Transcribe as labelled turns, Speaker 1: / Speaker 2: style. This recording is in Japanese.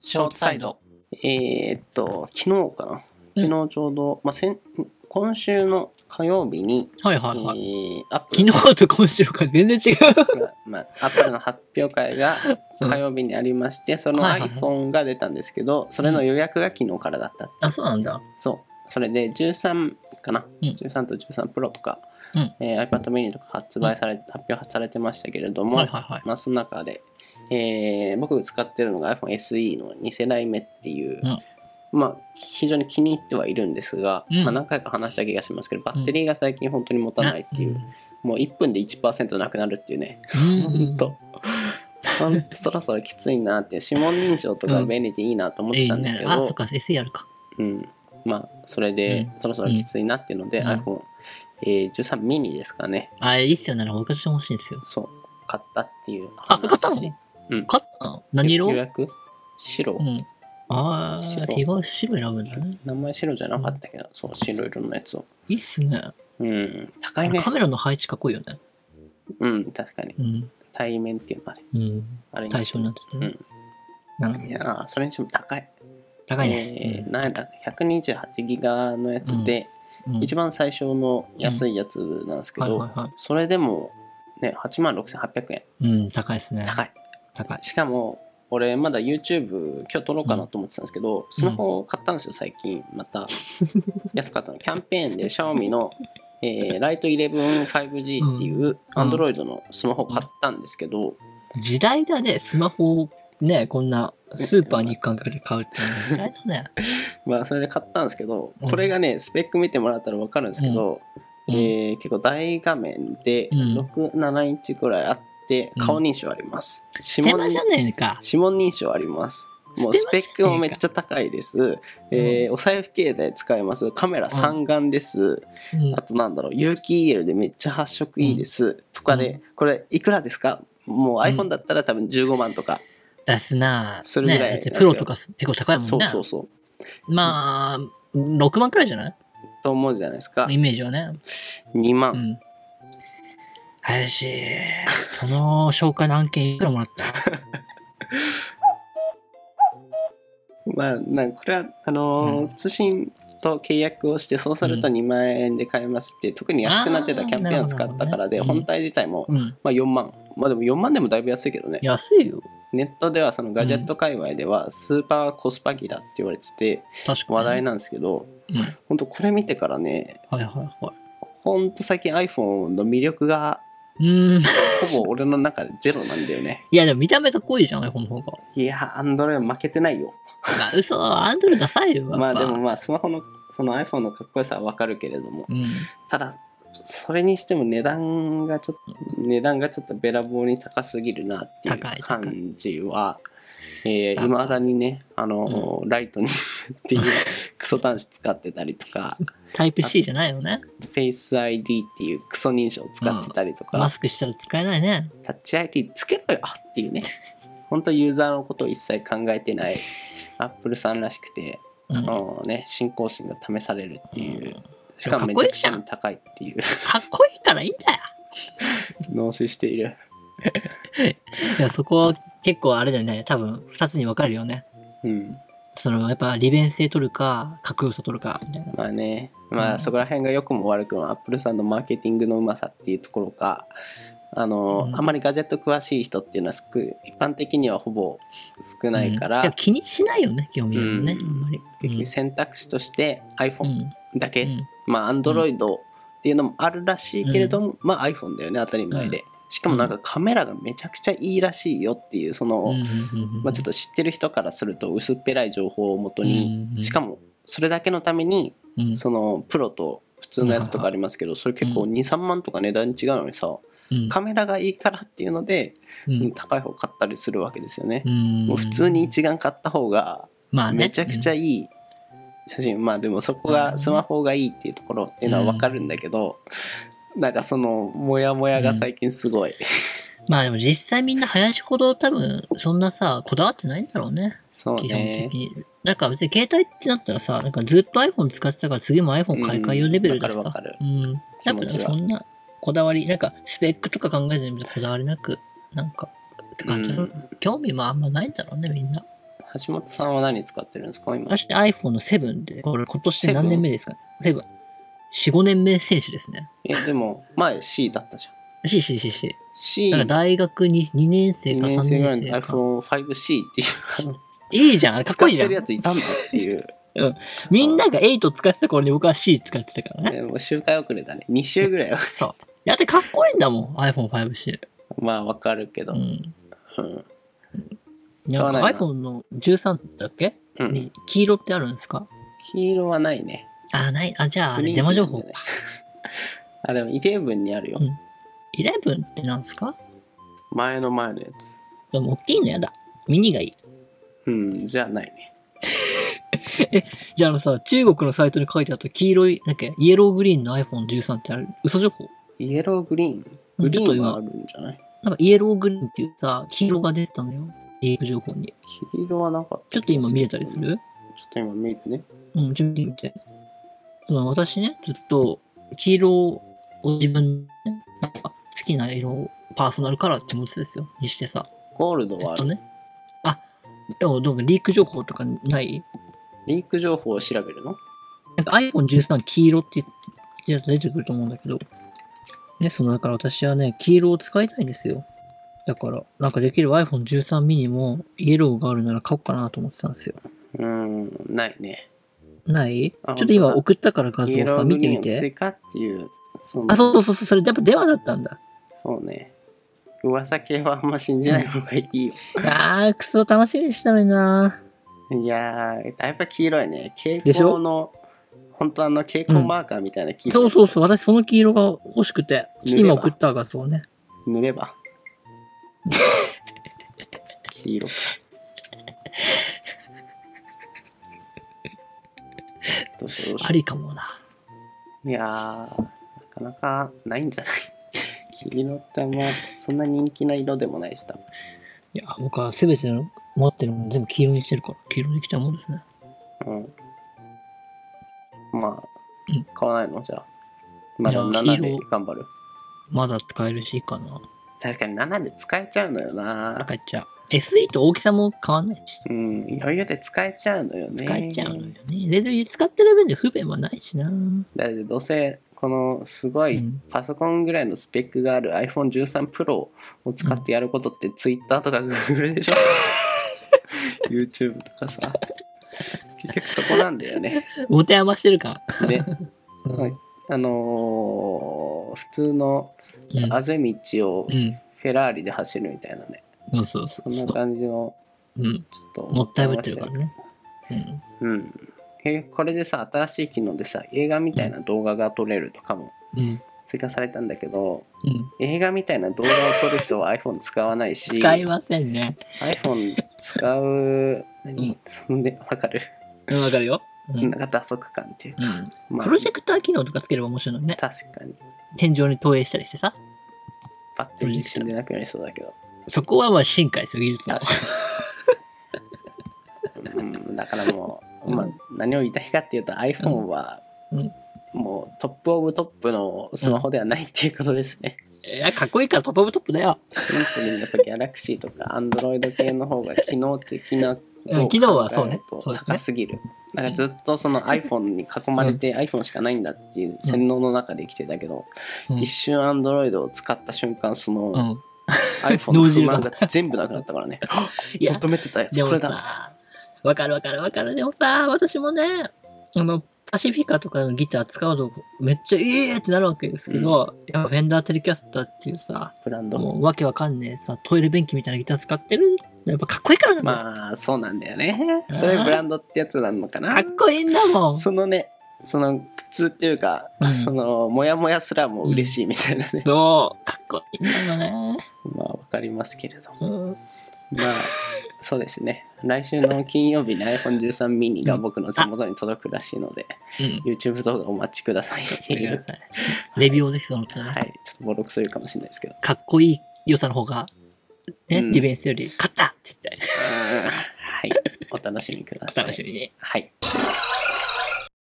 Speaker 1: ショートサイド。
Speaker 2: えーっと、昨日かな。昨日ちょうど、まあ、先今週の火曜日に、
Speaker 1: はい
Speaker 2: え
Speaker 1: はいはい。
Speaker 2: ー、アップ
Speaker 1: 昨日と今週から全然違う。
Speaker 2: 違うまあ、アップルの発表会が
Speaker 1: うん
Speaker 2: 火曜日にありまして、その
Speaker 1: はいはいはい
Speaker 2: iPhone が出たんですけど、それの予約が昨日からだった。
Speaker 1: あ、そうなんだ。
Speaker 2: そう。それで13かな、
Speaker 1: うん
Speaker 2: 13と13 Pro とか、
Speaker 1: うん
Speaker 2: えー iPad mini とか発売され、発表されてましたけれども、
Speaker 1: はいはいはい。
Speaker 2: まあ、その中で、えー僕使ってるのが iPhoneSE の2世代目っていう、
Speaker 1: うん
Speaker 2: まあ、非常に気に入ってはいるんですが、
Speaker 1: うん
Speaker 2: まあ、何回か話した気がしますけどバッテリーが最近本当に持たないっていう、もう1分で1%なくなるっていうね
Speaker 1: うん。
Speaker 2: 本当ほんそろそろきついなって指紋認証とか便利でいいなと思っ
Speaker 1: い
Speaker 2: て
Speaker 1: い
Speaker 2: たんです
Speaker 1: ね
Speaker 2: け。ど、
Speaker 1: あ、そっか、SE あるか。
Speaker 2: うん、まあそれでそろそろきついなっていうので、
Speaker 1: うん
Speaker 2: iPhone、えー13 mini ですかね
Speaker 1: あ、いいっすよね。なんか私も欲しいんですよ。
Speaker 2: そう買ったっていう
Speaker 1: あ、買ったの
Speaker 2: うん
Speaker 1: 買ったの何色
Speaker 2: 予約白、
Speaker 1: うん。ああ、
Speaker 2: 白
Speaker 1: 東白選ぶんだね。
Speaker 2: 名前白じゃなかったけど、そう白色のやつを
Speaker 1: いいっすね。
Speaker 2: うん高いね
Speaker 1: カメラの配置かっこいいよね。
Speaker 2: うん確かに
Speaker 1: うん。
Speaker 2: 対面っていうのあれ
Speaker 1: うん。
Speaker 2: あれ
Speaker 1: 対象になっててね。なるほ
Speaker 2: い
Speaker 1: ど。
Speaker 2: やーそれにしても高い
Speaker 1: 高いね
Speaker 2: え。ー、なんだ128ギガのやつで、一番最初の安いやつなんですけど、
Speaker 1: うんはいはいはい
Speaker 2: それでもね8万6800円
Speaker 1: 番。うん、高いっすね。
Speaker 2: 高い
Speaker 1: 高い。
Speaker 2: しかも俺まだ YouTube 今日撮ろうかなと思ってたんですけど、スマホを買ったんですよ最近 また安かったのキャンペーンで Xiaomi の、えー、Lite11 5G っていう
Speaker 1: うん
Speaker 2: Android のスマホを買ったんですけど、
Speaker 1: 時代だね、スマホをね、こんなスーパーに行く感覚で買うっていうの時代だね。
Speaker 2: まあそれで買ったんですけど
Speaker 1: うん
Speaker 2: これがねスペック見てもらったら分かるんですけど、
Speaker 1: うん
Speaker 2: えー結構大画面で
Speaker 1: うん
Speaker 2: 67インチくらいあって
Speaker 1: うん
Speaker 2: 顔認証あります、
Speaker 1: ス
Speaker 2: 指
Speaker 1: テ
Speaker 2: 紋
Speaker 1: マじゃねえか。
Speaker 2: 指紋認証あります。もうスペックもめっちゃ高いです。えーお財布携帯使えます。カメラ三眼です。
Speaker 1: うん
Speaker 2: あとなんだろう、有機 EL でめっちゃ発色いいです。とか
Speaker 1: う
Speaker 2: で、これいくらですかもう iPhone だったら多分15万とか。
Speaker 1: 出すな
Speaker 2: それぐらい
Speaker 1: ねだってプロとか結構高いもんね。
Speaker 2: そうそうそう。
Speaker 1: まあ、6万くらいじゃない
Speaker 2: と思うじゃないですか。
Speaker 1: イメージはね。
Speaker 2: 2万。
Speaker 1: うん。林、その紹介の案件いくらもらった
Speaker 2: まあ、なんかこれは、あのー
Speaker 1: う
Speaker 2: 通信と契約をして、そうすると2万円で買えますって、特に安くなってたキャンペーンを使ったからで、
Speaker 1: あーなるほどね
Speaker 2: 本体自体も、
Speaker 1: うん。
Speaker 2: まあ、4万。まあでも4万でもだいぶ安いけどね。
Speaker 1: 安いよ。
Speaker 2: ネットではそのガジェット界隈ではスーパーコスパギだって言われてて
Speaker 1: 確かに。
Speaker 2: 話題なんですけど、
Speaker 1: うん
Speaker 2: ほんとこれ見てからね
Speaker 1: はいはいは
Speaker 2: ほんと最近 iPhone の魅力が
Speaker 1: い。うん。
Speaker 2: ほぼ俺の中でゼロなんだよね
Speaker 1: いや、でも見た目かっこいいじゃん、iPhone の方が。
Speaker 2: いやアンドロイド負けてないよ
Speaker 1: まあ、嘘、アンドルダサいよ。やっぱ
Speaker 2: まあでも。まあスマホのその iPhone のかっこよさはわかるけれども
Speaker 1: うん。
Speaker 2: ただそれにしても値段がちょっと値段がちょっとべらぼうに高すぎるなってい
Speaker 1: 高いう高い
Speaker 2: 感じはい
Speaker 1: 高
Speaker 2: ま、
Speaker 1: い
Speaker 2: 未だにねあの、ライトにっていうクソ端子使ってたりとか
Speaker 1: タイプ C じゃないよね。
Speaker 2: フェイス ID っていうクソ認証を使ってたりとか、
Speaker 1: マスクしたら使えないね。
Speaker 2: タッチ ID つけろよっていうね本当ユーザーのことを一切考えてないアップルさんらしくて、
Speaker 1: うん
Speaker 2: あのね、信仰心が試されるっていう、
Speaker 1: うん
Speaker 2: しかもめちゃくちゃ高いっていう
Speaker 1: かっこいいからいいんだよ。
Speaker 2: 納視している、
Speaker 1: いや、そこは結構あれだよね。多分、二つに分かれるよね。
Speaker 2: うん、
Speaker 1: その、やっぱ利便性取るか、かっこよさ取るか、みたいな。
Speaker 2: まあねま
Speaker 1: うん
Speaker 2: あそこら辺が良くも悪くもアップルさんのマーケティングのうまさっていうところかあの、
Speaker 1: うん
Speaker 2: あんまりガジェット詳しい人っていうのは少一般的にはほぼ少ないから、
Speaker 1: うん気にしないよね、基本的にね。
Speaker 2: う
Speaker 1: あ
Speaker 2: ん
Speaker 1: んまり。
Speaker 2: 結局選択肢として iPhone
Speaker 1: ん。
Speaker 2: だけ、
Speaker 1: うん
Speaker 2: まあ Android っていうのもあるらしいけれども、まあ iPhone だよね当たり前で、しかもなんかカメラがめちゃくちゃいいらしいよっていうその、
Speaker 1: うんうん
Speaker 2: まあ、ちょっと知ってる人からすると薄っぺらい情報をもとに、しか
Speaker 1: も、
Speaker 2: もそれだけのために
Speaker 1: うん
Speaker 2: そのプロと普通のやつとかありますけどそれ結構
Speaker 1: う
Speaker 2: 23万とか値段違うのにさ
Speaker 1: うん
Speaker 2: カメラがいいからっていうので、
Speaker 1: うん
Speaker 2: 高い方買ったりするわけですよね、
Speaker 1: うん
Speaker 2: もう普通に一眼買った方が
Speaker 1: まあね
Speaker 2: めちゃくちゃいい写真、まあでもそこ
Speaker 1: う
Speaker 2: が
Speaker 1: ん
Speaker 2: スマホがいいっていうところっていうのは分かるんだけど、なんかそのモヤモヤが最近すごい、
Speaker 1: まあでも実際みんな林ほど多分そんなさこだわってないんだろうね
Speaker 2: そう
Speaker 1: 基本的
Speaker 2: ね
Speaker 1: になんか別に携帯ってなったらさなんかずっと iPhone 使ってたから次も iPhone 買い替えようレベルだし
Speaker 2: うんわ
Speaker 1: さ
Speaker 2: かるわ
Speaker 1: う
Speaker 2: か
Speaker 1: ん多分
Speaker 2: 気持ちは
Speaker 1: そんなこだわりなんかスペックとか考えずにこだわりなくなんかって感じだろう
Speaker 2: うん
Speaker 1: 興味もあんまないんだろうねみんな
Speaker 2: 橋本さんは何使ってるんですか今。
Speaker 1: 私 iPhone の7で、これ今年何年目ですか ?7。4、5年目選手ですね。
Speaker 2: え、でも、前 C だったじゃん。
Speaker 1: しししし。
Speaker 2: C、
Speaker 1: なんか大学に2年生
Speaker 2: 2
Speaker 1: か3
Speaker 2: 年生ぐらい
Speaker 1: 年
Speaker 2: の
Speaker 1: 生か。
Speaker 2: iPhone5C っていう、
Speaker 1: いいじゃん、あれかっこいいじ
Speaker 2: 使っ
Speaker 1: ゃ
Speaker 2: てる
Speaker 1: ん
Speaker 2: や。ついたんだっていう。
Speaker 1: みんなが8使ってた頃に僕は C 使ってたからね。
Speaker 2: えもう周回遅れだね。2週ぐらいは。
Speaker 1: そう。だってかっこいいんだもん、iPhone5C。
Speaker 2: まあ、わかるけど。
Speaker 1: う
Speaker 2: うん
Speaker 1: ん。
Speaker 2: うん
Speaker 1: なんか
Speaker 2: 買わないな
Speaker 1: iPhone の13だっけに黄色ってあるんですか
Speaker 2: 黄色はないね。
Speaker 1: あ、ない。あ、じゃああ
Speaker 2: グリ
Speaker 1: れ、デ
Speaker 2: ーン
Speaker 1: マ情報
Speaker 2: なんだよね。 あ、でも、イレブンにあるよ
Speaker 1: う。ん11ってなんですか
Speaker 2: 前の前のやつ。
Speaker 1: でも大きいのやだ。ミニがいい。
Speaker 2: うん、じゃあないね。
Speaker 1: じゃああのさ、中国のサイトに書いてあった黄色い、なんだっけ、イエローグリーンの iPhone13 ってあれ、嘘情報
Speaker 2: イエローグリーン。
Speaker 1: う
Speaker 2: グ
Speaker 1: んち
Speaker 2: リ
Speaker 1: ょっと
Speaker 2: ーン
Speaker 1: 今
Speaker 2: はあるんじゃない
Speaker 1: なんかイエローグリーンっていうさ、黄色が出てたんだよ。リーグ情報に。
Speaker 2: 黄色はなかった。
Speaker 1: ちょっと今見れたりする
Speaker 2: ちょっと今見るね。
Speaker 1: うん、ちょっと見て。その私ね、ずっと黄色を自分で、なんか好きな色をパーソナルカラーって持つですよ。にしてさ、
Speaker 2: ゴールド
Speaker 1: ず
Speaker 2: は
Speaker 1: っ
Speaker 2: あ
Speaker 1: と
Speaker 2: る。
Speaker 1: ね。あ、でもどうもリーク情報とかない
Speaker 2: リーク情報を調べるの
Speaker 1: なんか iPhone13 黄色って言って出てくると思うんだけど、ね、その、だから私はね、黄色を使いたいんですよ。だから、なんかできる iPhone13 mini もイエローがあるなら買おうかなと思ってたんですよ。
Speaker 2: うーん、ないね。
Speaker 1: ないちょ
Speaker 2: あ
Speaker 1: っと今
Speaker 2: 本当だ
Speaker 1: 送ったから画像
Speaker 2: イエロ
Speaker 1: さ、
Speaker 2: ーグ
Speaker 1: 見て
Speaker 2: リー
Speaker 1: み
Speaker 2: ンを
Speaker 1: て。
Speaker 2: 追加っていう。その
Speaker 1: あ、そうそうそうそう、それやっぱ電話だったんだ。
Speaker 2: そうね。噂系はあんま信じない方がいいよ。
Speaker 1: あー、くそ楽しみにしたのにない
Speaker 2: やー、やっぱ黄色いね。蛍
Speaker 1: でし
Speaker 2: 光
Speaker 1: ょ
Speaker 2: の、本当あの蛍光マーカーみたいな黄色、
Speaker 1: そうそうそう、私その黄色が欲しくて、
Speaker 2: 塗れば
Speaker 1: 今送った画像ね。
Speaker 2: 塗れば。黄色か。どうしようどうし
Speaker 1: あ
Speaker 2: よ
Speaker 1: りかもな。
Speaker 2: う。いやー、なかなかないんじゃない 黄色ってあんまそんな人気な色でもないし、多分
Speaker 1: いや、僕は全ての持ってるもの全部黄色にしてるから、黄色にきたもんですね。
Speaker 2: うん。まあ、
Speaker 1: うん
Speaker 2: 買わないのじゃあ。まだ
Speaker 1: いや
Speaker 2: 7
Speaker 1: 黄
Speaker 2: で
Speaker 1: 色
Speaker 2: 頑張る。
Speaker 1: まだ使えるし、いいかな。
Speaker 2: 確かに7で使えちゃうのよな
Speaker 1: 使。っちゃう。SE と大きさも変わんないし、
Speaker 2: うん、余裕で使えちゃうのよね。
Speaker 1: 使えちゃうのよね。全然使ってる分で不便はないしな。
Speaker 2: だってどうせ、このすご
Speaker 1: う
Speaker 2: い
Speaker 1: ん
Speaker 2: パソコンぐらいのスペックがある iPhone13 Pro を使ってやることって Twitter とか Google でしょ YouTube とかさ結局そこなんだよね
Speaker 1: 持て余してるから。
Speaker 2: ね
Speaker 1: うん
Speaker 2: はいあのー普通の
Speaker 1: うん
Speaker 2: あぜ道を
Speaker 1: うん。
Speaker 2: フェラーリで走るみたいなね
Speaker 1: そうそうそ
Speaker 2: そんな感じの
Speaker 1: う。うん。
Speaker 2: ちょっと
Speaker 1: もったいぶってるからね。うん。
Speaker 2: うんえこれでさ新しい機能でさ映画みたいな動画が撮れるとかも
Speaker 1: うん。
Speaker 2: 追加されたんだけど
Speaker 1: うん。
Speaker 2: 映画みたいな動画を撮る人は iPhone 使わないし
Speaker 1: 使いませんね。
Speaker 2: iPhone 使う 何、
Speaker 1: うん
Speaker 2: そんでわかる、
Speaker 1: うんわかるよ。うん。
Speaker 2: なんか打足感っていうか、
Speaker 1: うん
Speaker 2: まあ
Speaker 1: プロジェクター機能とかつければ面白いのにね。
Speaker 2: 確かに
Speaker 1: 天井に投影したりしてさ。
Speaker 2: バッテリー死んでなくなりそうだけど
Speaker 1: そこはまあ進化ですよ、技術の
Speaker 2: 確。かに、うん、だからもう、まあ
Speaker 1: う、
Speaker 2: 何を言いたいかっていうと iPhone は、
Speaker 1: うん
Speaker 2: もうトップオブトップのスマホではないっていうことですね、
Speaker 1: いや、かっこいいからトップオブトップだよ。
Speaker 2: シンプルにやっぱ Galaxy とか Android 系の方が機能的な
Speaker 1: うん
Speaker 2: ことを
Speaker 1: 機能はそうね
Speaker 2: 考える
Speaker 1: そう
Speaker 2: と
Speaker 1: ですね
Speaker 2: 高すぎるだからずっとその iPhone に囲まれて iPhone しかないんだっていう洗脳の中で生きてたけど、
Speaker 1: うん
Speaker 2: 一瞬 Android を使った瞬間その
Speaker 1: うん。
Speaker 2: iPhone の
Speaker 1: 脳
Speaker 2: 不
Speaker 1: 汁が
Speaker 2: 満が全部なくなったからね
Speaker 1: いや
Speaker 2: ま、とめてたやつ
Speaker 1: で
Speaker 2: これ
Speaker 1: も
Speaker 2: だ
Speaker 1: さ、わかるわかるわかる。でもさ、私もね、あの、パシフィカとかのギター使うとめっちゃいいってなるわけですけど、やっぱフェンダーテレキャスターっていうさ、
Speaker 2: ブランドも
Speaker 1: もうわけわかんねえさ、トイレ便器みたいなギター使ってるやっぱかっこいいから なんだよ。
Speaker 2: まあそうなんだよねそれブランドってやつなのか
Speaker 1: か
Speaker 2: な
Speaker 1: っこいいんだもん。
Speaker 2: そのねその苦痛っていうか、
Speaker 1: うん
Speaker 2: そのモヤモヤすらも嬉しいみたいなね、
Speaker 1: そう、かっこいいんだよね。
Speaker 2: まあわかりますけれども
Speaker 1: うん
Speaker 2: まあ、そうですね。来週の金曜日に iPhone13 mini が僕の手元に届くらしいので、
Speaker 1: うん。
Speaker 2: YouTube 動画お待ちくださいって
Speaker 1: 見て
Speaker 2: い
Speaker 1: くだ
Speaker 2: う。
Speaker 1: さい。レビューをぜひその、
Speaker 2: はい、ちょっとボロクソ言うかもしれな いですけど。
Speaker 1: かっこいい良さの方が、ね、
Speaker 2: うん
Speaker 1: リベンスより、勝ったって言って、
Speaker 2: はい、お楽しみくだ
Speaker 1: お
Speaker 2: さい。
Speaker 1: 楽しみに。
Speaker 2: はい。